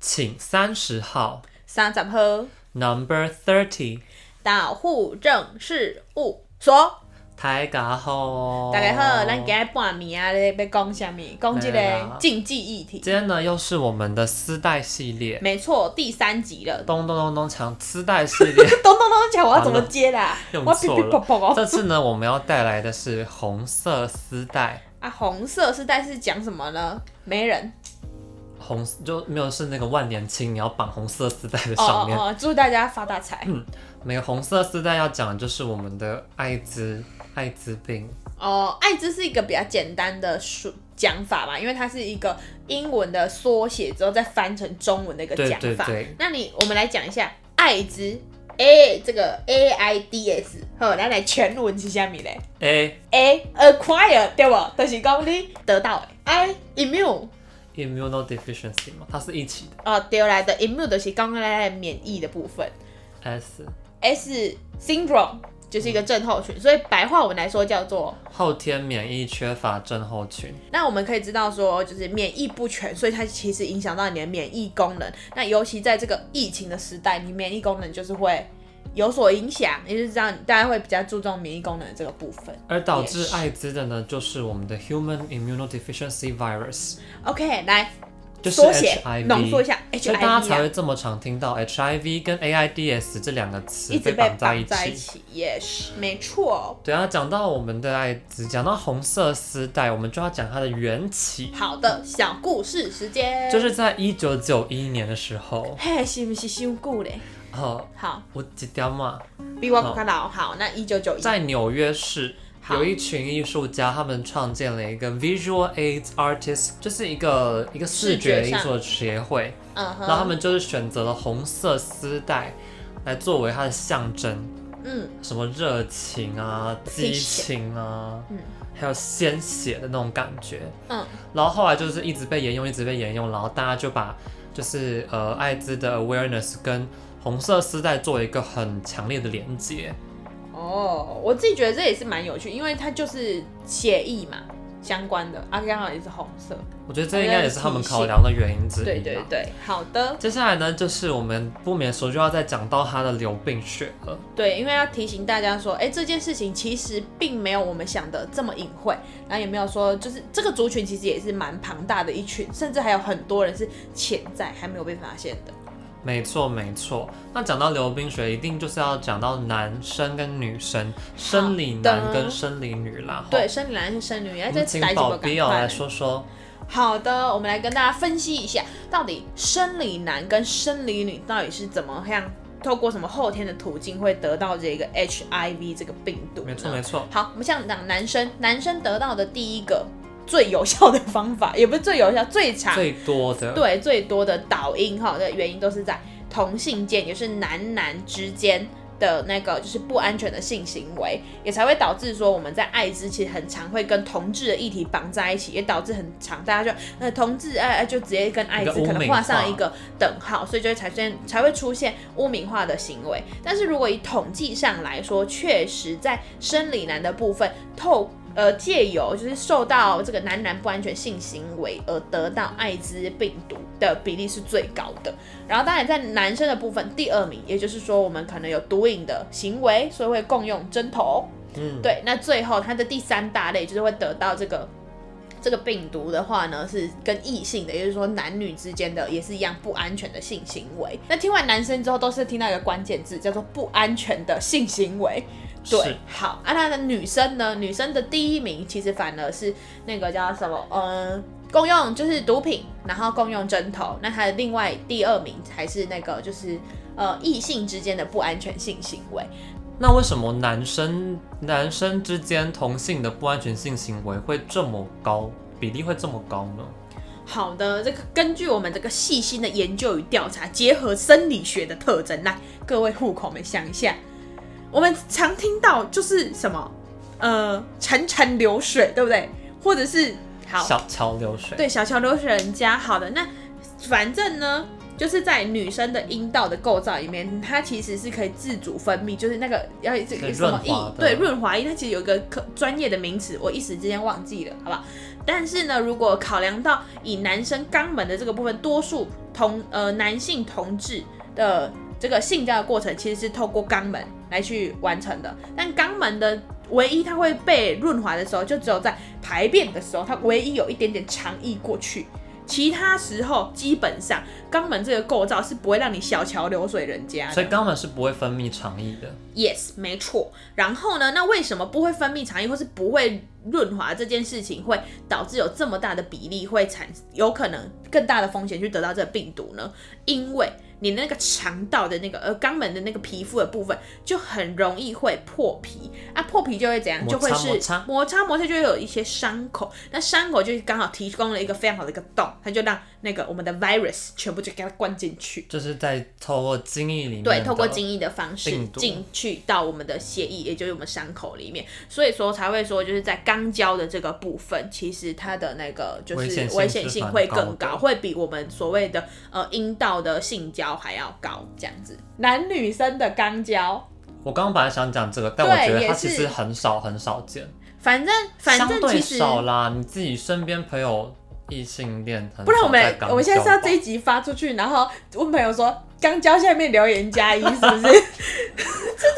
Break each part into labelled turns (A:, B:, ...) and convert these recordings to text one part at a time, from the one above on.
A: 请三十号
B: 三十号
A: Number Thirty
B: 到户政事务所。
A: 台嘎哦吼，
B: 大家好，咱今日半暝啊咧要讲啥物？讲即
A: 对啦
B: 个竞技议题。
A: 今天呢又是我们的丝带系列，
B: 没错，第三集了。
A: 咚咚咚咚锵，丝带系列。
B: 咚咚咚讲，我要怎么接啦？
A: 用
B: 我
A: 错
B: 噼噼啪啪
A: 了。
B: 哦。
A: 这次呢，我们要带来的是红色丝带，
B: 啊，红色是带是讲什么呢？没人。
A: 红就没有是那个万年青，你要绑红色丝带的
B: 哦
A: 上
B: 哦
A: 面。
B: 哦，祝大家发大财。
A: 每个红色丝带要讲的就是我们的艾滋艾滋病，
B: 哦，艾滋是一个比较简单的说讲法吧，因为它是一个英文的缩写，之后再翻成中文的一个
A: 对
B: 讲
A: 对
B: 法。
A: 对
B: 那你我们来讲一下艾滋 A 这个 A I D S，好，咱来全文是啥物嘞
A: 哎
B: ？A acquire 对不？就是讲你得到的。I immune
A: ，immunodeficiency 嘛，它是一起的。
B: 哦，对来的 immune 就是刚刚来的免疫的部分。
A: S
B: S syndrome 就是一个症候群，所以白话文来说叫做
A: 后天免疫缺乏症候群，
B: 那我们可以知道说，就是免疫不全，所以它其实影响到你的免疫功能。那尤其在这个疫情的时代，你免疫功能就是会有所影响，也就是这样，大家会比较注重免疫功能的这个部分。
A: 而导
B: 也
A: 致
B: 是
A: 艾滋的呢，就是我们的 human immunodeficiency virus，
B: OK，来
A: 就是
B: 缩写
A: HIV，
B: 浓缩一下
A: 所以大家
B: HIV
A: 才
B: 啊
A: 会，这么常听到 HIV 跟 AIDS 这两个词
B: 一直被
A: 绑在
B: 绑
A: 一
B: 在一
A: 起。
B: 起。Yes，没错。
A: 对啊，讲到我们的艾滋，讲到红色丝带，我们就要讲它的缘起，
B: 好的，小故事时间
A: 就是在一九九一年的时候，
B: 嘿，是不是修故嘞？
A: 呃，
B: 好，
A: 我几点嘛，
B: 比我更老。好，那一九九一，
A: 在纽约市
B: 好
A: 有一群艺术家，他们创建了一个 Visual Aids Artists，就是一个一个视觉
B: 视
A: 艺
B: 觉上
A: 术协会，
B: 嗯
A: 然后他
B: 哼，
A: 们就是选择了红色丝带来作为它的象征，
B: 嗯，
A: 什么热情啊、激
B: 激情
A: 情啊，
B: 嗯
A: 还有鲜血的那种感觉。
B: 嗯，
A: 然后后来就是一直被沿用，一直被沿用，然后大家就把就是呃艾滋的 awareness 跟红色丝带做一个很强烈的连接。
B: 哦，我自己觉得这也是蛮有趣，因为它就是血议嘛相关的，啊，刚好也是红色。
A: 我觉得这应该也是他们考量的原因之一吧。
B: 对对对，好的，
A: 接下来呢，就是我们不免说就要再讲到他的流病学了。
B: 对，因为要提醒大家说，哎、这件事情其实并没有我们想的这么隐晦，然后也没有说，就是这个族群其实也是蛮庞大的一群，甚至还有很多人是潜在还没有被发现的。
A: 没错，没错。那讲到流冰水，一定就是要讲到男生跟女生，生理男跟生理女啦。吼
B: 对，，生理男是生理女，哎，
A: 我
B: 这
A: 们请
B: 逮几
A: 保
B: 个赶
A: 镖来
B: 快。
A: 说说。
B: 好的，我们来跟大家分析一下，到底生理男跟生理女到底是怎么样，透过什么后天的途径会得到这个 HIV 这个病毒呢？
A: 没错，没错。
B: 好，我们像讲男生，男生得到的第一个最有效的方法，也不是最有效，最长
A: 最多的，
B: 对最多的导因哈的原因都是在同性间，也就是男男之间的那个就是不安全的性行为，也才会导致说我们在艾滋其实很常会跟同志的议题绑在一起，也导致很常大家就呃同志哎哎就直接跟艾滋
A: 一个污
B: 可能
A: 名
B: 画上
A: 化
B: 一个等号，所以就会产生才会出现污名化的行为。但是如果以统计上来说，确实在生理男的部分透。呃，借由就是受到这个男男不安全性行为而得到艾滋病毒的比例是最高的。然后当然在男生的部分，第二名，也就是说我们可能有毒瘾的行为，所以会共用针头。
A: 嗯，
B: 对，那最后它的第三大类就是会得到这个这个病毒的话呢，是跟异性的，也就是说男女之间的也是一样不安全的性行为。那听完男生之后，都是听到一个关键字叫做不安全的性行为。
A: 是
B: 对，好啊，那女生呢？女生的第一名其实反而是那个叫什么？嗯，共用就是毒品，然后共用针头。那她的另外第二名才是那个就是呃异性之间的不安全性行为。
A: 那为什么男生男生之间同性的不安全性行为会这么高，比例会这么高呢？
B: 好的，这个根据我们这个细心的研究与调查，结合生理学的特征，来各位户口们想一下，我们常听到就是什么，呃，潺潺流水，对不对？或者是好，
A: 小桥流水，，
B: 对，啊小桥流水人家。好的，那反正呢，就是在女生的阴道的构造里面，它其实是可以自主分泌，就是那个要这
A: 是
B: 个什么
A: 润滑
B: 液，
A: 的
B: 对，润滑液，它其实有一个可专业的名词，我一时之间忘记了，好不好？但是呢，如果考量到以男生肛门的这个部分，多数同呃男性同志的这个性交的过程，其实是透过肛门来去完成的。但肛门的唯一它会被润滑的时候，就只有在排便的时候，它唯一有一点点肠溢过去。其他时候基本上肛门这个构造是不会让你小桥流水人家的，
A: 所以肛门是不会分泌肠液的。
B: Yes，没错。然后呢，那为什么不会分泌肠液或是不会润滑这件事情，会导致有这么大的比例会产，有可能更大的风险去得到这个病毒呢？因为你那个肠道的那个呃肛门的那个皮肤的部分，就很容易会破皮啊，破皮就会怎样？
A: 摩
B: 就会
A: 擦
B: 是
A: 摩擦
B: 摩擦摩擦就会有一些伤口，那伤口就刚好提供了一个非常好的一个洞，它就让那个我们的 virus 全部就给它灌进去。
A: 就是在透过精液里面，
B: 对，透过精液的方式
A: 嗯病毒
B: 进去到我们的血液，也就是我们伤口里面，所以说才会说，就是在肛交的这个部分，其实它的那个就是
A: 危险性
B: 危险
A: 是
B: 性
A: 蛮
B: 会
A: 高
B: 更
A: 的
B: 高，会比我们所谓的呃阴道的性交还要高，这样子。男女生的肛交，
A: 我刚刚本来想讲这个，但
B: 对
A: 我觉得
B: 也
A: 它
B: 是
A: 其实很少很少见，
B: 反正反
A: 相
B: 正
A: 对
B: 其实，
A: 少啦。你自己身边朋友异性恋，
B: 不然我们我们现在是要这一集发出去，然后问朋友说肛交下面留言加一，是 不是？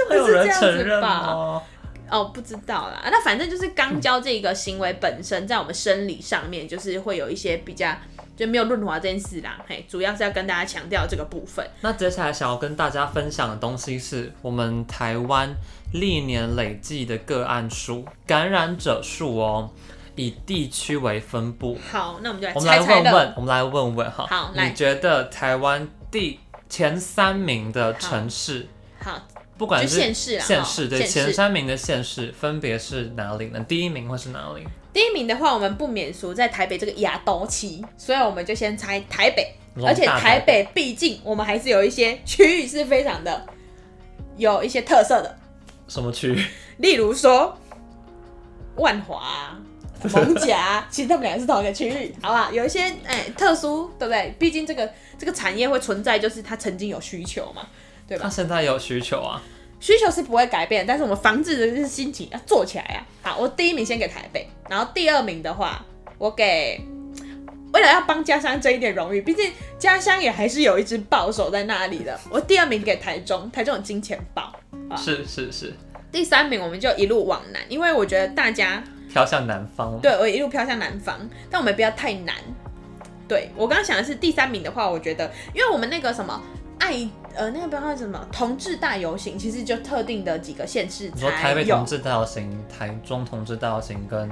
A: 会有
B: 不是这
A: 人
B: 样
A: 承
B: 子
A: 认
B: 吧
A: 吗？
B: 哦，不知道啦。那反正就是肛交这个行为本身，在我们生理上面，就是会有一些比较就没有润滑这件事啦。嘿，主要是要跟大家强调这个部分。
A: 那接下来想要跟大家分享的东西是我们台湾历年累计的个案数、感染者数哦，以地区为分布。
B: 好，那我们就来
A: 我们来
B: 猜猜
A: 问
B: 乐。
A: 问，我们来问问哈，
B: 好来
A: 你觉得台湾第前三名的城市，
B: 好，
A: 不管
B: 就是县市啦，
A: 县
B: 哈
A: 市对
B: 县
A: 前
B: 市。
A: 三名的县市分别是哪里呢？第一名会是哪里？
B: 第一名的话，我们不免俗在台北这个亚东期，所以我们就先猜台北。而且
A: 龙大
B: 台北毕竟我们还是有一些区域是非常的有一些特色的，
A: 什么区？
B: 例如说万华啊、蒙甲 啊，其实他们两个是同一个区域，好不好？有一些哎、特殊，对不对？毕竟这个这个产业会存在，就是它曾经有需求嘛，对
A: 他
B: 吧？
A: 现在有需求啊，
B: 需求是不会改变，但是我们防治的就是心情要做起来呀、啊。好，我第一名先给台北，然后第二名的话，我给。为了要帮家乡争一点荣誉，毕竟家乡也还是有一只豹守在那里的。我第二名给台中，台中有金钱豹。啊
A: 是是是，
B: 第三名我们就一路往南，因为我觉得大家
A: 飘向南方。
B: 对，我一路飘向南方，但我们不要太难。对我刚刚想的是第三名的话，我觉得，因为我们那个什么爱呃那个不知道什么同志大游行，其实就特定的几个县市
A: 你说
B: 才
A: 台北
B: 有
A: 同，志大游行、台中同志大游行跟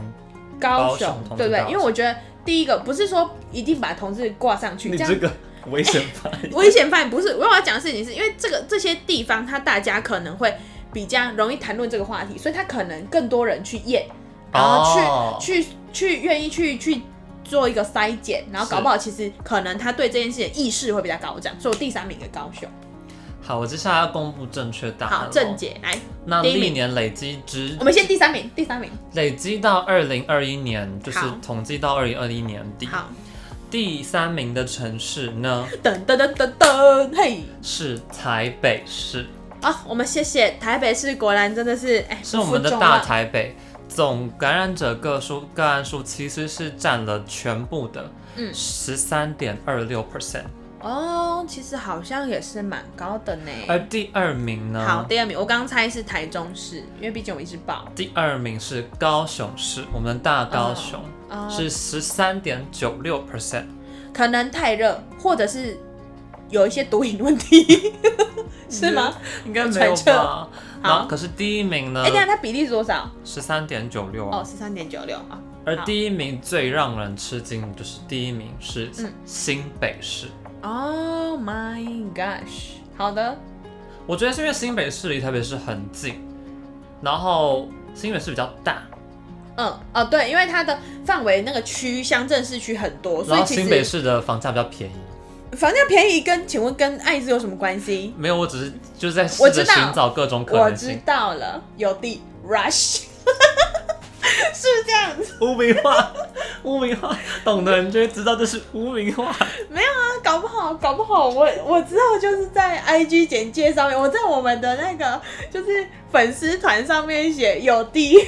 B: 高
A: 高
B: 雄
A: 雄同志
B: 对不
A: 大
B: 对
A: 游？行
B: 因为我觉得第一个不是说一定把同志挂上去，这样
A: 个 危险发言
B: 危险犯不是我要讲的事情是，因为这个这些地方，它大家可能会比较容易谈论这个话题，所以它可能更多人去验，然
A: 哦
B: 后去、去去愿意去去做一个筛检，然后
A: 是
B: 搞不好其实可能他对这件事情的意识会比较高涨，所以我第三名给高雄。
A: 好，我接下来要公布正确答案
B: 好，
A: 咯。
B: 郑姐来，
A: 那
B: 第一名
A: 历年累积值，
B: 我们先第三名，第三名，
A: 累积到二零二一年，就是
B: 好
A: 统计到二零二一年底，
B: 好，
A: 第三名的城市呢
B: 噔噔噔噔噔，嘿。
A: 是台北市，
B: 啊，我们谢谢台北市，果然真的是哎，
A: 是我们的
B: 不负众
A: 大
B: 望
A: 台北。总感染者个数个案数其实是占了全部的，
B: 嗯
A: 十三点二六 percent。
B: 哦，其实好像也是蛮高的呢。
A: 而第二名呢？
B: 好，第二名，我刚猜是台中市，因为毕竟我一直报。
A: 第二名是高雄市，我们的大高雄、
B: 哦
A: 是十三点九六 percent。
B: 可能太热，或者是有一些毒瘾问题， 是吗？
A: 应该没
B: 没有
A: 有
B: 吧
A: 吧？
B: 好
A: 好，可是第一名呢
B: 哎、？等一下它比例是多少？
A: 十三点九六
B: 哦，
A: 啊。
B: 十三点九六啊。
A: 而
B: 好
A: 第一名最让人吃惊的就是第一名是
B: 嗯
A: 新北市，
B: Oh my gosh！好的，
A: 我觉得是因为新北市离台北市很近，然后新北市比较大，
B: 嗯，哦对，因为它的范围那个区乡镇市区很多，所
A: 然
B: 以
A: 后
B: 其
A: 新北
B: 实
A: 市的房价比较便宜。
B: 房价便宜跟请问跟爱滋有什么关系？
A: 没有，我只是就是在试
B: 我
A: 着
B: 知道
A: 寻找各种可
B: 我
A: 能
B: 知
A: 性。
B: 道了，有地 rush，是不是这样子？
A: 污名化， 污名化，懂的人就会知道这是污名 化。
B: 搞不好，搞不好我我之后就是在 IG 简介上面，我在我们的那个就是粉 丝 团上面写有地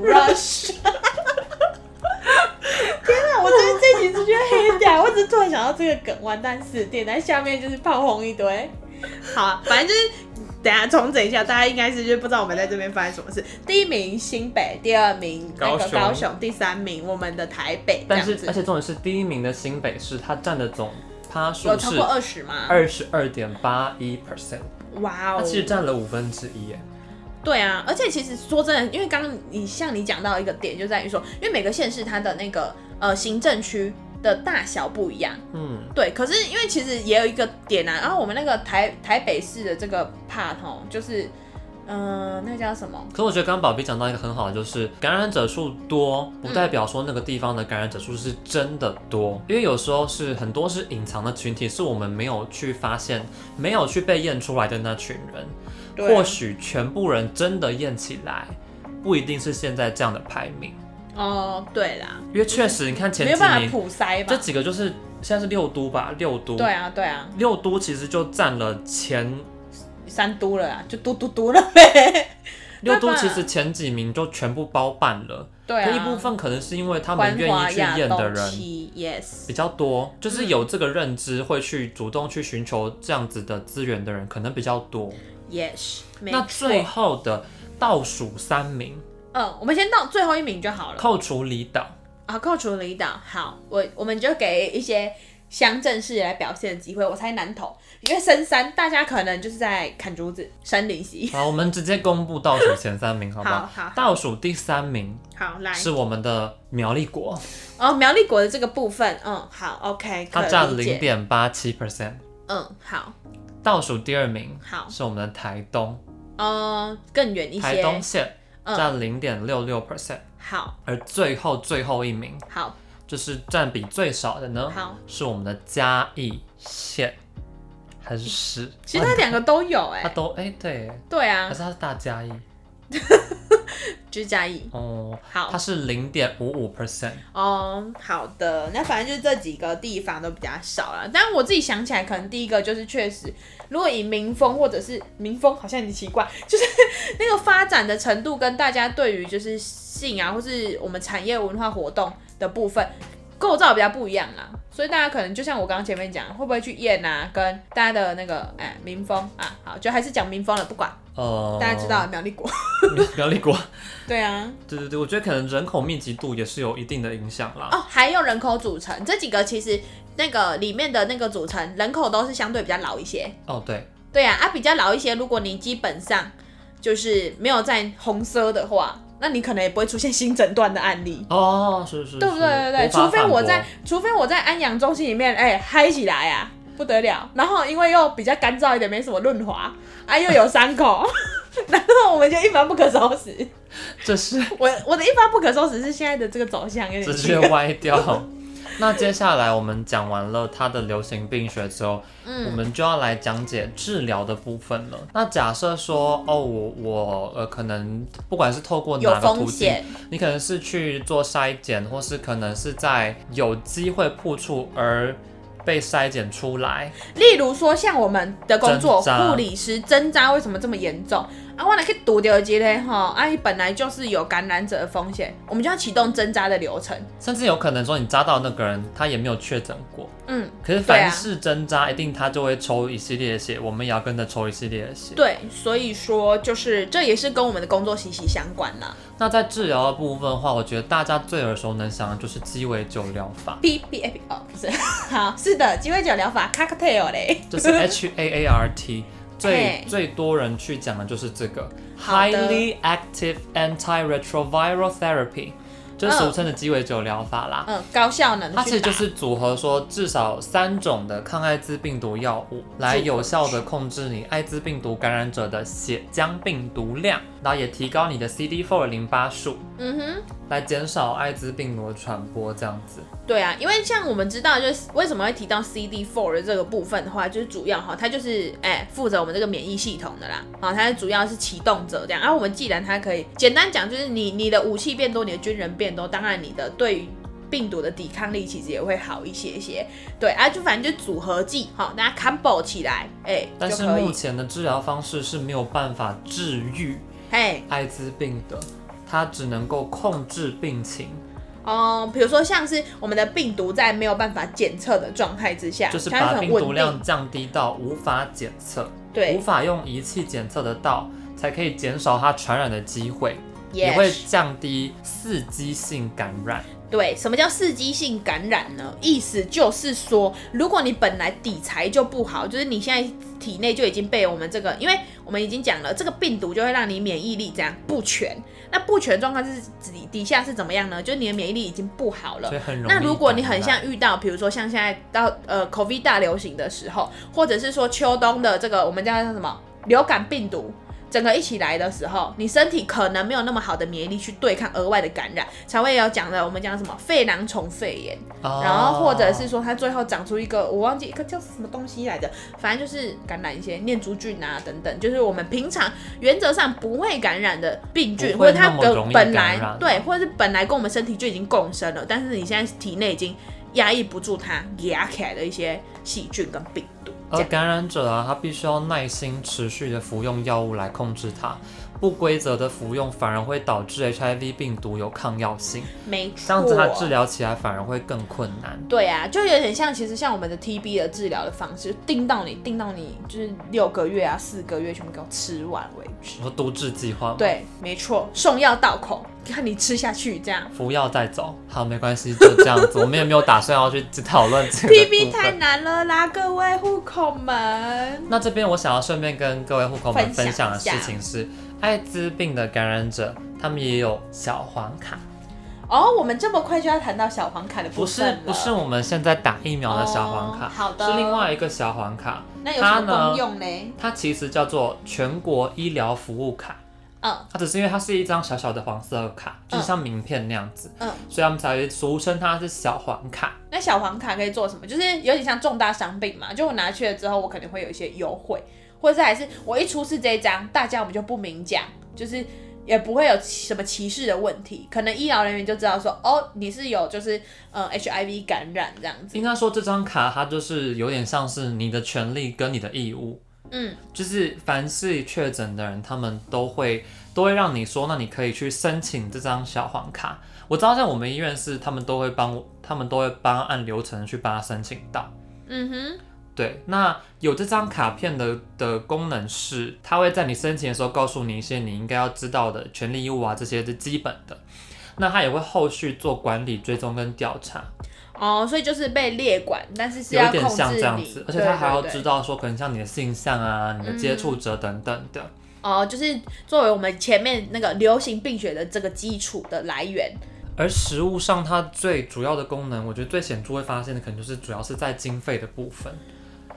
B: rush，我这这集直接黑掉，我只是突然想到这个梗，完蛋死定了，但下面就是炮轰一堆。好，反正就是等一下重整一下，大家应该是就是不知道我们在这边发生什么事。第一名新北，第二名那
A: 高
B: 个
A: 雄
B: 高雄，第三名我们的台北，这
A: 但
B: 样
A: 是而
B: 子
A: 且重点是第一名的新北市，它占的总趴数
B: 有超
A: 是
B: 过二十吗？
A: 二十二点八一 percent，
B: 哇
A: 它
B: 哦，
A: 其实占了五分之一耶。
B: 对啊，而且其实说真的，因为刚刚你像你讲到一个点，就在于说，因为每个县市它的那个呃行政区的大小不一样，
A: 嗯，
B: 对。可是因为其实也有一个点啊，然后我们那个台台北市的这个 part 哦，就是嗯、呃那个叫什么？
A: 可我觉得刚刚宝贝讲到一个很好的，就是感染者数多，不代表说那个地方的感染者数是真的多，因为有时候是很多是隐藏的群体，是我们没有去发现、没有去被验出来的那群人。
B: 对啊
A: 或许全部人真的验起来，不一定是现在这样的排名，
B: 哦、对啦，
A: 因为确实你看前
B: 没有
A: 几
B: 办法
A: 名
B: 普筛
A: 这
B: 吧？
A: 几个就是现在是六都吧，六都，
B: 对啊，对啊，
A: 六都其实就占了前
B: 三都了啦，就嘟嘟嘟了呗。
A: 六都其实前几名就全部包办了，
B: 对啊，
A: 可一部分可能是因为他们
B: 关
A: 愿
B: 华
A: 意去
B: 亚
A: 验的
B: 东
A: 人
B: 区，yes，
A: 比较多，就是有这个认知会去主动去寻求这样子的资源的人可能比较多。
B: yes，没
A: 那
B: 错
A: 最后的倒数三名，
B: 嗯，我们先到最后一名就好了。
A: 扣除离岛，
B: 啊，扣除离岛，好，我我们就给一些乡镇市来表现的机会。我猜南投，因为深山大家可能就是在砍竹子、山林溪。
A: 好，我们直接公布倒数前三名，好不
B: 好好好
A: 倒数第三名
B: 好，来
A: 是我们的苗栗国，
B: 哦，苗栗国的这个部分，嗯，好，OK，
A: 它
B: 可
A: 占
B: 理
A: 零
B: 解。
A: 点八七 percent。
B: 嗯，好，
A: 倒数第二名
B: 好
A: 是我们的台东，
B: 呃，更远一
A: 台东
B: 些，
A: 县
B: 嗯
A: 占零点六六 percent，
B: 好，
A: 而最后最后一名
B: 好，
A: 就是占比最少的呢
B: 好，
A: 是我们的嘉义县，还是市？
B: 其实它两个都有、
A: 它
B: 哎，
A: 都哎、对，
B: 对
A: 可
B: 啊，
A: 是它是大嘉义
B: 居嘉义，
A: 哦，
B: 好
A: 它，是零点五五 percent，
B: 哦，好的，那反正就是这几个地方都比较少了。但我自己想起来，可能第一个就是确实，如果以民风或者是民风，好像很奇怪，就是那个发展的程度跟大家对于就是性啊，或是我们产业文化活动的部分构造比较不一样啦。所以大家可能就像我刚刚前面讲，会不会去验啊，跟大家的那个哎民风啊，好，就还是讲民风了，不管
A: 呃，
B: 大家 知道苗栗国，
A: 苗苗栗国，
B: 对啊，
A: 对对对，我觉得可能人口密集度也是有一定的影响啦。
B: 哦，还有人口组成这几个，其实那个里面的那个组成人口都是相对比较老一些。
A: 哦，对，
B: 对啊，啊比较老一些，如果你基本上就是没有在红色的话，那你可能也不会出现新诊断的案例。
A: 哦，是是是，
B: 对不对？对对，
A: 无法
B: 除非
A: 反
B: 我
A: 驳
B: 在，除非我在安阳中心里面，哎、嗨起来呀、 不得了。然后因为又比较干燥一点，没什么润滑，啊，又有伤口， 然后我们就一发不可收拾。
A: 这是
B: 我我的一发不可收拾是现在的这个走向有点
A: 直
B: 奇
A: 接
B: 怪。
A: 歪掉。那接下来我们讲完了它的流行病学之后，
B: 嗯
A: 我们就要来讲解治疗的部分了。那假设说，哦，我我呃，可能不管是透过
B: 有
A: 哪个
B: 风
A: 途径
B: 险，，
A: 你可能是去做筛检，或是可能是在有机会碰触而被筛检出来，
B: 例如说，像我们的工作，
A: 针扎
B: 护理师针扎为什么这么严重？啊，我来去堵掉这个哈，啊，伊本来就是有感染者的风险，我们就要启动针扎的流程。
A: 甚至有可能说你扎到那个人，他也没有确诊过。
B: 嗯，
A: 可是
B: 对啊
A: 凡是针扎，一定他就会抽一系列的血，我们也要跟着抽一系列的血。
B: 对，所以说就是这也是跟我们的工作息息相关啦。
A: 那在治疗的部分的话，我觉得大家最耳熟能详的就是鸡尾酒疗 法，
B: B B A B 哦，不是， 好，是的，鸡尾酒疗法 cocktail 嘞，
A: 就是 H A A R T。最
B: 嘿
A: 最多人去讲的就是这个
B: 好的
A: highly active antiretroviral therapy，就是俗称的鸡尾酒疗法啦。
B: 嗯，高效能去打，
A: 它其实就是组合说至少三种的抗艾滋病毒药物，来有效的控制你艾滋病毒感染者的血浆病毒量，然后也提高你的 CD4 的淋巴数，
B: 嗯哼。
A: 来减少艾滋病毒的传播这样子。
B: 对啊，因为像我们知道，就是为什么会提到 CD4 的这个部分的话，就是主要哈，它就是哎负责我们这个免疫系统的啦，好，它主要是启动者这样。然、啊后我们既然它可以简单讲，就是你你的武器变多，你的军人变多，当然你的对于病毒的抵抗力其实也会好一些些。对啊，就反正就组合技哈，大家 combo 起来，哎、
A: 但
B: 就是可
A: 目
B: 以，
A: 前的治疗方式是没有办法治愈
B: 嘿，
A: 艾滋病的，它只能够控制病情，
B: 哦，比如说像是我们的病毒在没有办法检测的状态之下，
A: 就是
B: 它会
A: 把
B: 很
A: 病
B: 稳
A: 毒
B: 定
A: 量降低到无法检测，无
B: 对，
A: 法用仪器检测得到，才可以减少它传染的机会，也
B: yes
A: 会降低刺激性感染。
B: 对，什么叫刺激性感染呢？意思就是说，如果你本来底材就不好，就是你现在体内就已经被我们这个，因为我们已经讲了，这个病毒就会让你免疫力这样不全。那不全状况是底底下是怎么样呢？就是你的免疫力已经不好了
A: 所以。很容易。
B: 那如果你很，像遇到，比如说像现在到呃 COVID 大流行的时候，或者是说秋冬的这个我们叫它什么流感病毒，整个一起来的时候，你身体可能没有那么好的免疫力去对抗额外的感染，才会有讲的我们讲什么肺囊虫肺炎，
A: 哦
B: 然后或者是说它最后长出一个我忘记一个叫什么东西来着，反正就是感染一些念珠菌啊等等，就是我们平常原则上不会感染的病菌，
A: 不
B: 或
A: 会
B: 者它
A: 那么容
B: 本
A: 易
B: 本
A: 感
B: 来
A: 染
B: 对，或者是本来跟我们身体就已经共生了，但是你现在体内已经压抑不住它压起来的一些细菌跟病毒，这
A: 而
B: 样
A: 感染者啊，他必须要耐心持续的服用药物来控制它。不规则的服用反而会导致 HIV 病毒有抗药性，
B: 没错。
A: 这样子它治疗起来反而会更困难。
B: 对啊，就有点像，其实像我们的 TB 的治疗的方式，就定到你，定到你就是六个月啊、四个月全部给我吃完为止
A: 你。说都治计划吗？，
B: 对，没错，送药到口，看你吃下去这样。
A: 服药再走。好，没关系，就这样子。我们也没有打算要去讨论这个
B: TB
A: 部
B: 太
A: 分。
B: 难了啦，各位户口们。
A: 那这边我想要顺便跟各位户口们分享的事情是，艾滋病的感染者他们也有小黄卡，
B: 哦，我们这么快就要谈到小黄卡的部
A: 不
B: 分
A: 是
B: 了
A: 不是我们现在打疫苗的小黄卡，
B: 哦好的
A: 是另外一个小黄卡，
B: 那有什
A: 它呢
B: 么功用呢？
A: 它其实叫做全国医疗服务卡。
B: 嗯
A: 它只是因为它是一张小小的黄色卡，就是像名片那样子，
B: 嗯，
A: 所以他们才会俗称它是小黄卡。
B: 那小黄卡可以做什么？就是有点像重大伤病嘛，就我拿去了之后，我可能会有一些优惠，或者是还是我一出示这一张，大家我们就不明讲，就是也不会有什么歧视的问题，可能医疗人员就知道说，哦，你是有就是呃 HIV 感染这样子，
A: 应该说这张卡它就是有点像是你的权利跟你的义务，
B: 嗯，
A: 就是凡是确诊的人，他们都会都会让你说，那你可以去申请这张小黄卡。我知道像我们医院是他们都会帮我，他们都会帮按流程去帮他申请到。
B: 嗯哼，
A: 对，那有这张卡片的的功能是，它会在你申请的时候告诉你一些你应该要知道的权利义务啊，这些是基本的。那它也会后续做管理、追踪跟调查，
B: 哦，所以就是被列管，但是是
A: 有一
B: 要
A: 点
B: 控制
A: 像这样
B: 你
A: 子，而且他还要
B: 对对对
A: 知道说，可能像你的性向啊、你的接触者等等的。
B: 哦、就是作为我们前面那个流行病学的这个基础的来源。
A: 而实物上，它最主要的功能，我觉得最显著会发现的，可能就是主要是在经费的部分。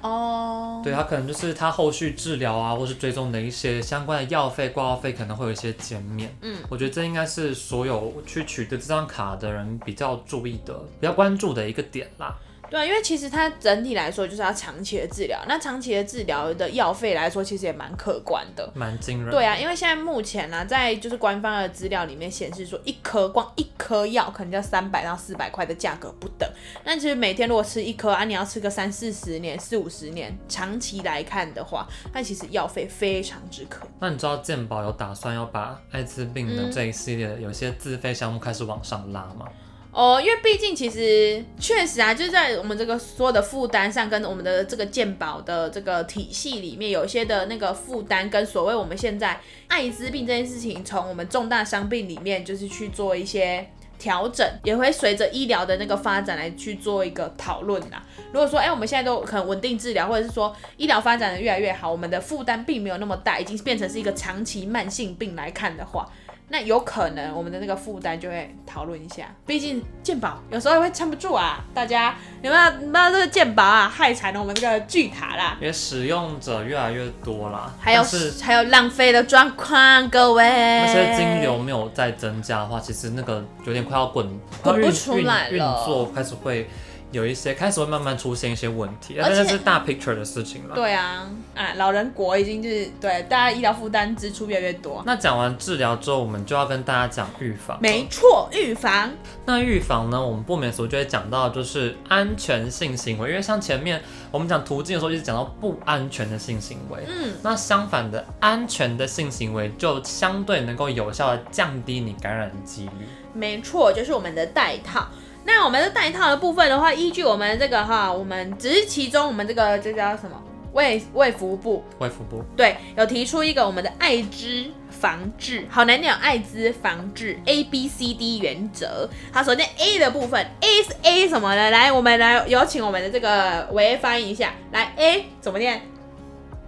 B: 哦、
A: 对，它可能就是它后续治疗啊，或是追踪的一些相关的药费、挂号费，可能会有一些减免。
B: 嗯，
A: 我觉得这应该是所有去取得这张卡的人比较注意的、比较关注的一个点啦。
B: 对，啊因为其实它整体来说就是要长期的治疗，那长期的治疗的药费来说，其实也蛮可观的。
A: 蛮惊人。
B: 对啊，因为现在目前呢、在就是官方的资料里面显示说，一颗光一颗药可能要三百到四百块的价格不等。那其实每天如果吃一颗啊，你要吃个三四十年、四五十年，长期来看的话，那其实药费非常之可观。
A: 那你知道健保有打算要把艾滋病
B: 嗯
A: 的这一系列的有些自费项目开始往上拉吗？
B: 哦，因为毕竟其实确实啊，就是在我们这个所有的负担上，跟我们的这个健保的这个体系里面，有一些的那个负担，跟所谓我们现在艾滋病这件事情，从我们重大伤病里面，就是去做一些。调整也会随着医疗的那个发展来去做一个讨论啦。如果说，哎、我们现在都很稳定治疗，或者是说医疗发展的越来越好，我们的负担并没有那么大，已经变成是一个长期慢性病来看的话，那有可能我们的那个负担就会讨论一下，毕竟鉴宝有时候也会撑不住啊。大家有没有有没有这个鉴宝啊，害惨了我们这个巨塔啦，
A: 因为使用者越来越多啦，
B: 还有
A: 但是
B: 还有浪费的状况，各位
A: 那
B: 哎
A: 些金流没有再增加的话，其实那个有点快要滚，
B: 滚不
A: 运
B: 出来了
A: 运运作开始会有一些开始会慢慢出现一些问题，
B: 而
A: 但
B: 且
A: 是是大 picture 的事情了。
B: 对啊，啊，老人国已经就是对大家医疗负担支出越来越多。
A: 那讲完治疗之后，我们就要跟大家讲预防。
B: 没错，预防
A: 那预防呢，我们不免俗就会讲到就是安全性行为，因为像前面我们讲途径的时候，一直讲到不安全的性行为。
B: 嗯，
A: 那相反的，安全的性行为就相对能够有效的降低你感染的几率。
B: 没错，就是我们的带套。那我们的带套的部分的话，依据我们这个哈，我们只是其中我们这个这叫什么卫卫福部
A: 卫福部
B: 对有提出一个我们的艾滋防治，好难念哦，艾滋防治 A B C D 原则。好，首先 A 的部分，A 是 A 什么呢？来，我们来有请我们的这个维翻译一下，来 A 怎么念？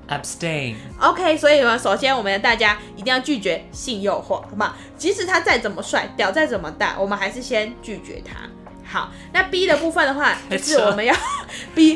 A: abstain，
B: OK，所以呢，首先我们大家一定要拒绝性诱惑，好不好？即使他再怎么帅，屌再怎么大，我们还是先拒绝他。好，那 B 的部分 的话，就
A: 开
B: 是
A: 车
B: 我们要 be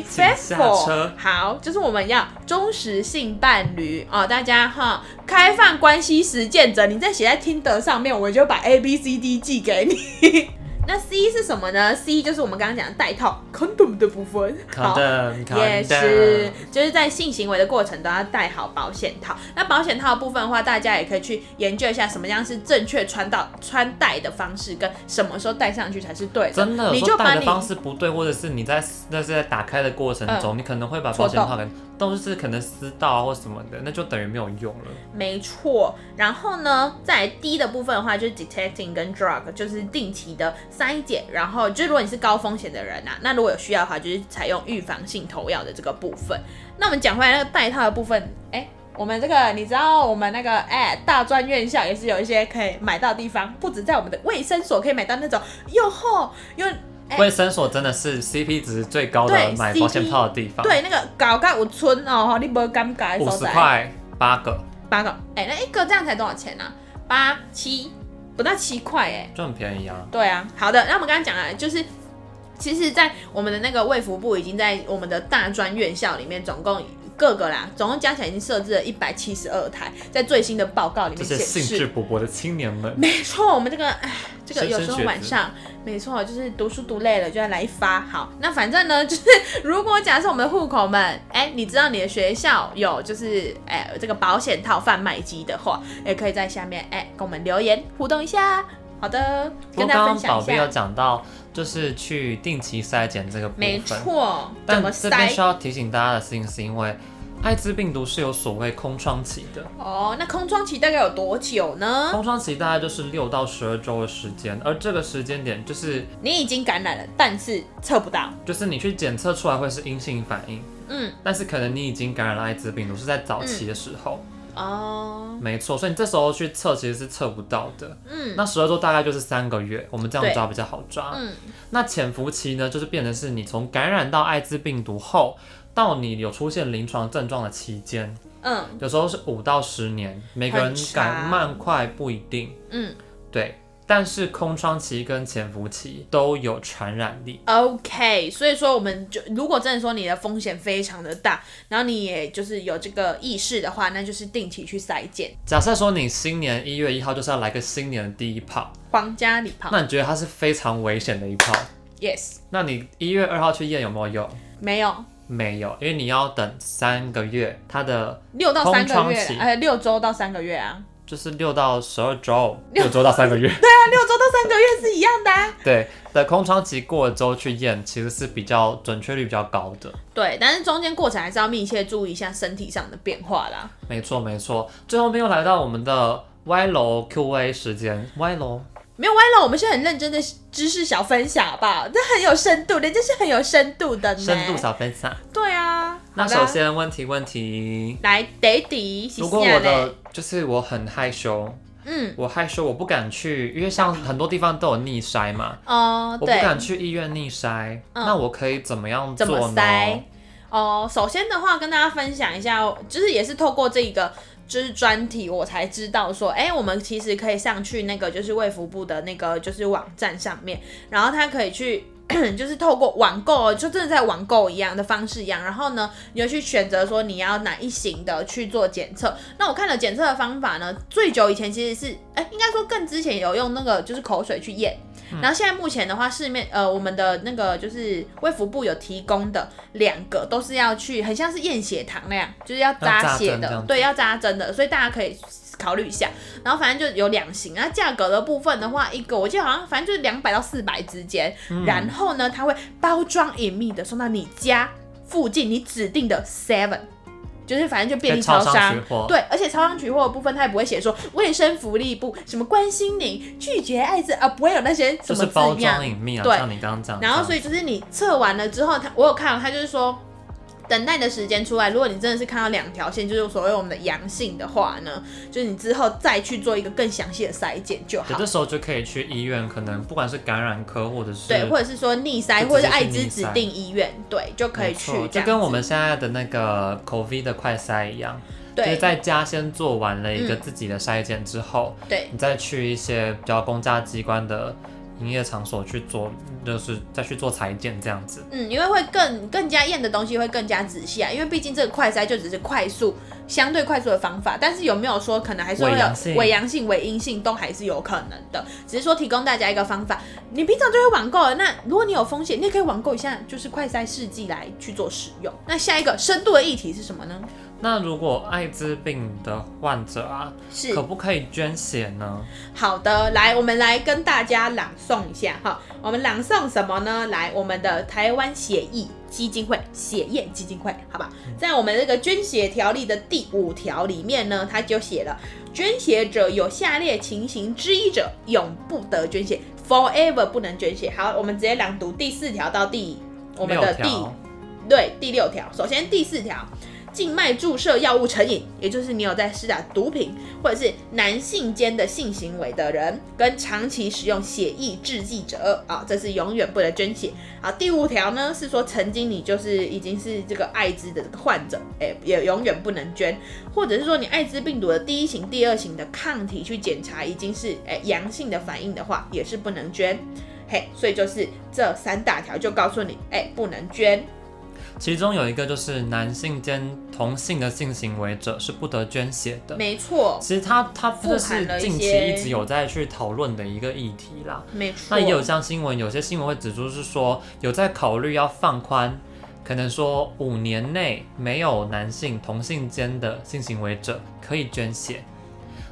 A: 请下
B: faithful，
A: 车
B: 好，就是我们要忠实性伴侣哦，大家哈，开放关系实践者，你在写在听得上面，我就把 A B C D 寄给你。 那 C 是什么呢？C 就是我们刚刚讲的带套 condom 的部分，
A: 好
B: 好。
A: 的，
B: 也
A: 好的
B: 是，就是在性行为的过程都要戴好保险套。那保险套的部分的话，大家也可以去研究一下什么样是正确穿到穿戴的方式，跟什么时候戴上去才是对的。
A: 真的，
B: 你
A: 有时
B: 就
A: 候
B: 把
A: 戴的
B: 你嗯
A: 方式不对，或者是你在那是在打开的过程中，你可能会把保险套给都是可能撕到啊或什么的，那就等于没有用了。
B: 没错。然后呢，在 D 的部分的话，就是 detecting 跟 drug，就是定期的筛检。然后就是如果你是高风险的人啊，那如果有需要的话，就是采用预防性投药的这个部分。那我们讲回来那个带套的部分，哎、我们这个你知道，我们那个哎、大专院校也是有一些可以买到的地方，不止在我们的卫生所可以买到那种又厚又哎
A: 卫生所真的是 CP 值最高的
B: 对
A: 买
B: CP
A: 保险套的地方，
B: 对那个搞盖五寸哦，你不会尴尬
A: 五
B: 的所
A: 十
B: 在
A: 块八个
B: 八个，哎、那一个这样才多少钱啊？八七不到七块哎、
A: 就很便宜啊。
B: 对啊，好的，那我们刚刚讲了，就是其实，在我们的那个卫福部已经在我们的大专院校里面，总共各个啦，总共加起来已经设置了一百七十二台，在最新的报告里
A: 这
B: 面
A: 些
B: 显
A: 兴致
B: 示。
A: 勃勃的青年们，
B: 没错，我们这个，哎，这个
A: 莘莘
B: 有时候
A: 学子
B: 晚上，没错，就是读书读累了就要来一发。好，那反正呢，就是如果假设我们的户口们，哎、你知道你的学校有就是哎、这个保险套贩卖机的话，也可以在下面哎、跟我们留言互动一下。好的，
A: 不过
B: 跟大家
A: 刚
B: 分
A: 刚宝
B: 享一
A: 贝哦
B: 下
A: 有。讲到，就是去定期筛检这个部
B: 没
A: 分。
B: 错，怎
A: 但
B: 么
A: 这边
B: 塞
A: 需？要提醒大家的事情，是因为艾滋病毒是有所谓空窗期的，
B: 哦，那空窗期大概有多久呢？
A: 空窗期大概就是六到十二周的时间，而这个时间点就是
B: 你已经感染了，但是测不到。
A: 就是你去检测出来会是阴性反应，
B: 嗯，
A: 但是可能你已经感染了艾滋病毒，是在早期的时候，
B: 哦，
A: 没错，所以你这时候去测其实是测不到的。
B: 嗯
A: 那十二周大概就是三个月，我们这样抓比较好抓。
B: 嗯，
A: 那潜伏期呢，就是变成是你从感染到艾滋病毒后，到你有出现临床症状的期间，
B: 嗯
A: 有时候是五到十年，每个人
B: 很长
A: 赶慢快不一定。
B: 嗯
A: 对，但是空窗期跟潜伏期都有传染力。
B: ，OK。所以说，我们就如果真的说你的风险非常的大，然后你也就是有这个意识的话，那就是定期去筛检，
A: 假设说你新年一月一号就是要来个新年的第一炮，
B: 皇家礼炮。
A: 那你觉得它是非常危险的一炮，
B: Yes，
A: 那你一月二号去验有没有用？
B: 没有
A: 没有，因为你要等三个月，它的
B: 六到三个
A: 空
B: 月
A: 窗期，
B: 呃，六周到三个月啊。
A: 就是六到十二周，
B: 六
A: 六周到三个月，
B: 对啊， 六周到三个月是一样的、啊。
A: 对的空窗期过了之后去验，其实是比较准确率比较高的。
B: 对，但是中间过程还是要密切注意一下身体上的变化啦。
A: 没错没错，最后面又来到我们的歪楼 Q&A 时间，歪楼
B: 没有歪了，我们是很认真的知识小分享，好不好？这很有深度，人家是很有深度的呢。
A: 深度小分享。
B: 对啊。
A: 那
B: 好的
A: 首先问题问题，
B: 来 d a d
A: 如果我的就是我很害羞，
B: 嗯
A: 我害羞我不敢去，因为像很多地方都有逆筛嘛，
B: 哦、
A: 我不
B: 对
A: 敢去医院逆筛，
B: 嗯
A: 那我可以怎么样
B: 怎么
A: 做呢？
B: 塞哦、首先的话跟大家分享一下，就是也是透过这个。就是专题，我才知道说，哎、我们其实可以上去那个就是卫福部的那个就是网站上面，然后他可以去 就是透过网购，就真的在网购一样的方式一样，然后呢，你就去选择说你要哪一型的去做检测。那我看了检测的方法呢，最久以前其实是，哎、应该说更之前有用那个就是口水去验，
A: 嗯
B: 然后现在目前的话，市面呃我们的那个就是卫福部有提供的两个都是要去，很像是验血糖那样，就是要
A: 要扎
B: 扎血
A: 针这样
B: 的，
A: 子
B: 对，要扎针的，所以大家可以考虑一下。然后反正就有两型，那价格的部分的话，一个我记得好像反正就是两百到四百之间，然后呢，它会包装隐秘的送到你家附近你指定的 Seven，就是反正就便利
A: 在超
B: 超
A: 商
B: 商
A: 取。货，
B: 对，而且超商取货的部分，它也不会写说嗯卫生福利部什么关心你、拒绝艾滋啊，不会有那些
A: 就
B: 什
A: 是
B: 么
A: 包
B: 字样
A: 装。隐秘啊，
B: 对
A: 像你刚刚讲的。
B: 然后所以就是你测完了之后，他我有看到他就是说。等待的时间出来，如果你真的是看到两条线，就是所谓我们的阳性的话呢，就是你之后再去做一个更详细的筛检就
A: 对
B: 好。
A: 这时候就可以去医院，可能不管是感染科或者是
B: 对，或者是说逆筛，
A: 就直接
B: 或者是艾
A: 去
B: 滋
A: 逆
B: 指
A: 筛
B: 定医院，对，就可以去
A: 没错
B: 这
A: 就
B: 样
A: 跟我
B: 子
A: 们现在的那个 COVID 的快筛一样，就是
B: 对
A: 在家先做完了一个
B: 嗯
A: 自己的筛检之后，
B: 对
A: 你再去一些比较公家机关的营业场所去做，就是再去做裁剪这样子。
B: 嗯，因为会更更加验的东西会更加仔细啊，因为毕竟这个快筛就只是快速相对快速的方法，但是有没有说可能还是会
A: 伪阳性
B: 有伪阳性、伪阴性都还是有可能的，只是说提供大家一个方法。你平常就会网购了，那如果你有风险，你也可以网购一下，就是快筛试剂来去做使用。那下一个深度的议题是什么呢？
A: 那如果艾滋病的患者啊，
B: 是
A: 可不可以捐血呢？
B: 好的，来，我们来跟大家朗诵一下哈。我们朗诵什么呢？来，我们的台湾血液基金会血液基金会，好吧，
A: 嗯
B: 在我们这个捐血条例的第五条里面呢，它就写了，捐血者有下列情形之一者，永不得捐血，forever 不能捐血。好，我们直接朗读第四条到第我们的
A: 六
B: 第
A: 条
B: 对，第六条，首先第四条，静脉注射药物成瘾，也就是你有在施打毒品或者是男性间的性行为的人，跟长期使用血液制剂者啊、这是永远不能捐血。好，第五条呢是说，曾经你就是已经是这个艾滋的这个患者，哎、也永远不能捐，或者是说你艾滋病毒的第一型、第二型的抗体去检查已经是哎阳、性的反应的话，也是不能捐。嘿，所以就是这三大条就告诉你，哎、不能捐。
A: 其中有一个就是男性间同性的性行为者是不得捐血的。
B: 没错，
A: 其实它它这
B: 富含
A: 是
B: 了一
A: 近期
B: 些
A: 一直有在去讨论的一个议题啦。
B: 没错。
A: 那也有像新闻，有些新闻会指出是说有在考虑要放宽，可能说五年内没有男性同性间的性行为者可以捐血。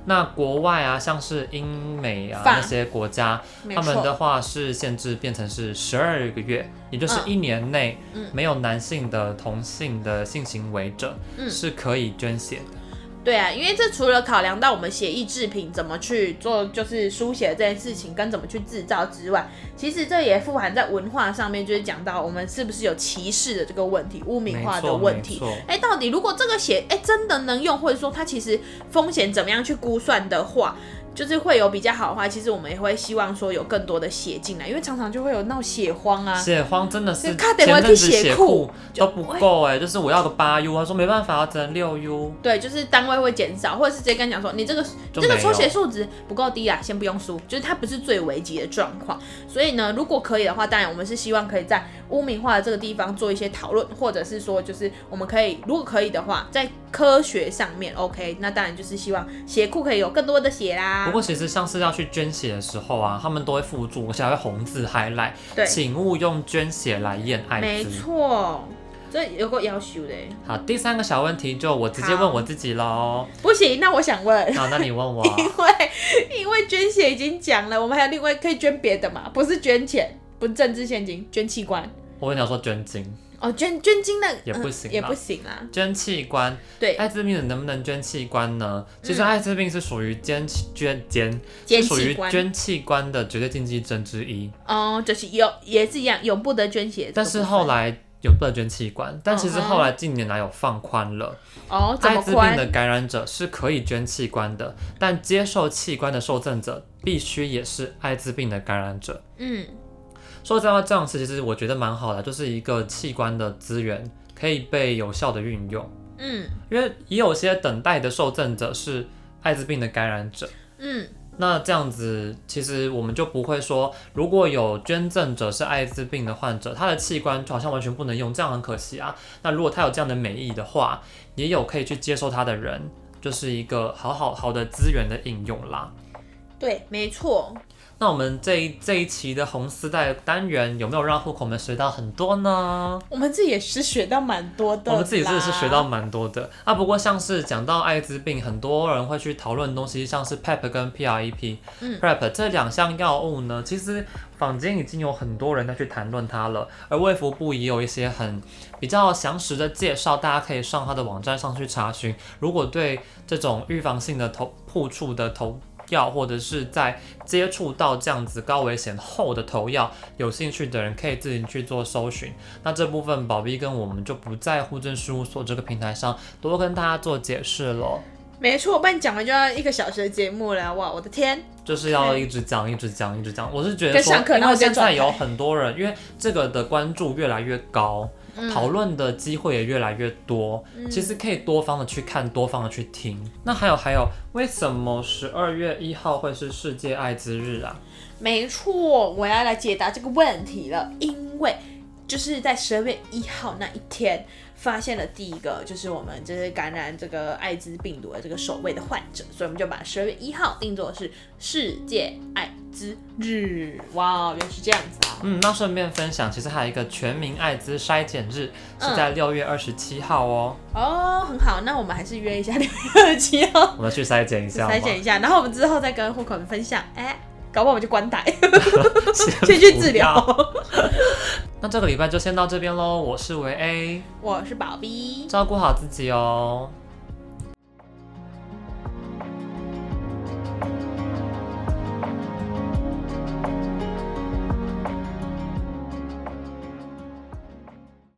A: 那国外啊，像是英美啊那
B: 法
A: 些国家，
B: 没
A: 他们
B: 错
A: 的话是限制变成是十二个月，也就是
B: 嗯
A: 一年内
B: 嗯
A: 没有男性的同性的性行为者
B: 嗯
A: 是可以捐血的。
B: 对啊，因为这除了考量到我们协议制品怎么去做，就是书写这件事情跟怎么去制造之外，其实这也富含在文化上面，就是讲到我们是不是有歧视的这个问题、污名
A: 没
B: 化的
A: 错，
B: 问
A: 没
B: 题。
A: 错。
B: 哎，到底如果这个血哎真的能用，或者说它其实风险怎么样去估算的话，就是会有比较好的话，其实我们也会希望说有更多的血进来，因为常常就会有闹血荒啊。
A: 血荒真的是
B: 对卡点
A: 前
B: 我
A: 阵
B: 去
A: 子
B: 血
A: 血
B: 库
A: 库
B: 就
A: 都不够哎、就是我要个八 U，他说没办法，只能六 U，
B: 对，就是单位会减少，或者是直接跟你讲说，你这个
A: 就
B: 这个
A: 没
B: 抽血
A: 有
B: 数值不够低啦，啊先不用输，就是它不是最危急的状况。所以呢，如果可以的话，当然我们是希望可以在污名化的这个地方做一些讨论，或者是说，就是我们可以，如果可以的话，在科学上面，OK，那当然就是希望血库可以有更多的血啦
A: 不。过其实像是要去捐血的时候啊，他们都会附注，而且还会红字 highlight，
B: 对，
A: 请勿用捐血来验艾
B: 没
A: 滋。
B: 错，这有个要求的，欸
A: 好，第三个小问题就我直接
B: 好
A: 问我自己 喽。
B: 不行。那我想问，
A: 好，那你问我。啊
B: 因为因为捐血已经讲了，我们还有另外可以捐别的嘛，不是捐钱，不是政治现金，捐器官。
A: 我跟你讲说捐精、
B: 哦，捐捐精那
A: 也
B: 嗯
A: 不行
B: 也
A: 啦哎
B: 不行啦。
A: 捐器官，
B: 对，
A: 艾滋病人能不能捐器官呢？其实
B: 嗯
A: 艾滋病是属于捐捐捐，
B: 捐
A: 是属
B: 器
A: 于
B: 官，
A: 捐器官的绝对禁忌症之一。
B: 哦，就是永也是一样，永不得捐血这个部分。
A: 但是后来有不能捐器官，但其实
B: 嗯哼
A: 后来近年来有放宽了，
B: 哦，怎
A: 艾
B: 么
A: 滋病
B: 宽？
A: 的感染者是可以捐器官的，但接受器官的受赠者必须也是艾滋病的感染者。
B: 嗯，
A: 说实在话，这样其实我觉得蛮好的，就是一个器官的资源可以被有效的运用，
B: 嗯
A: 因为也有些等待的受赠者是艾滋病的感染者。
B: 嗯，
A: 那这样子，其实我们就不会说，如果有捐赠者是艾滋病的患者，他的器官就好像完全不能用，这样很可惜啊。那如果他有这样的美意的话，也有可以去接受他的人，就是一个好好好的资源的应用啦。
B: 对，没错，
A: 那我们这一这一期的红丝带单元有没有让户口们学到很多呢？
B: 我们自己也是学到蛮多的啦，
A: 我们自己真的是学到蛮多的啊。不过像是讲到艾滋病，很多人会去讨论的东西，像是 PEP 跟 E PREP、
B: 嗯
A: PrEP 这两项药物呢，其实坊间已经有很多人在去谈论它了，而卫福部也有一些很比较详实的介绍，大家可以上它的网站上去查询。如果对这种预防性的投碰触的投药，或者是在接触到这样子高危险后的投药有兴趣的人，可以自行去做搜寻。那这部分宝碧跟我们就不在户政事务所这个平台上多跟大家做解释了，
B: 没错，不然讲完就要一个小时的节目了，哇，我的天！
A: 就是要一直讲、一直讲、一直讲。我是觉得
B: 跟
A: 说
B: 上，课
A: 因
B: 然后
A: 为
B: 我先
A: 现在有
B: 转台
A: 很多人，因为这个的关注越来越高，
B: 嗯
A: 讨论的机会也越来越多，其实可以多方的去看，多方的去听。那还有还有，为什么十二月一号会是世界艾滋日啊？
B: 没错，我要来解答这个问题了，因为就是在十二月一号那一天，发现了第一个就是我们就是感染这个艾滋病毒的这个首位的患者，所以我们就把十二月一号定作是世界艾滋日。哇，原来是这样子啊！
A: 嗯，那顺便分享，其实还有一个全民艾滋筛检日是
B: 嗯
A: 在六月二十七号哦，
B: 哦，很好，那我们还是约一下六月二七号
A: 我们去筛检一下好吗，
B: 筛检一下，然后我们之后再跟户口们分享。哎、搞不好我们就关台，
A: 先
B: 先去治
A: 不要。
B: 疗。
A: 那这个礼拜就先到这边喽，我是维 A，
B: 我是宝 B，
A: 照顾好自己哦，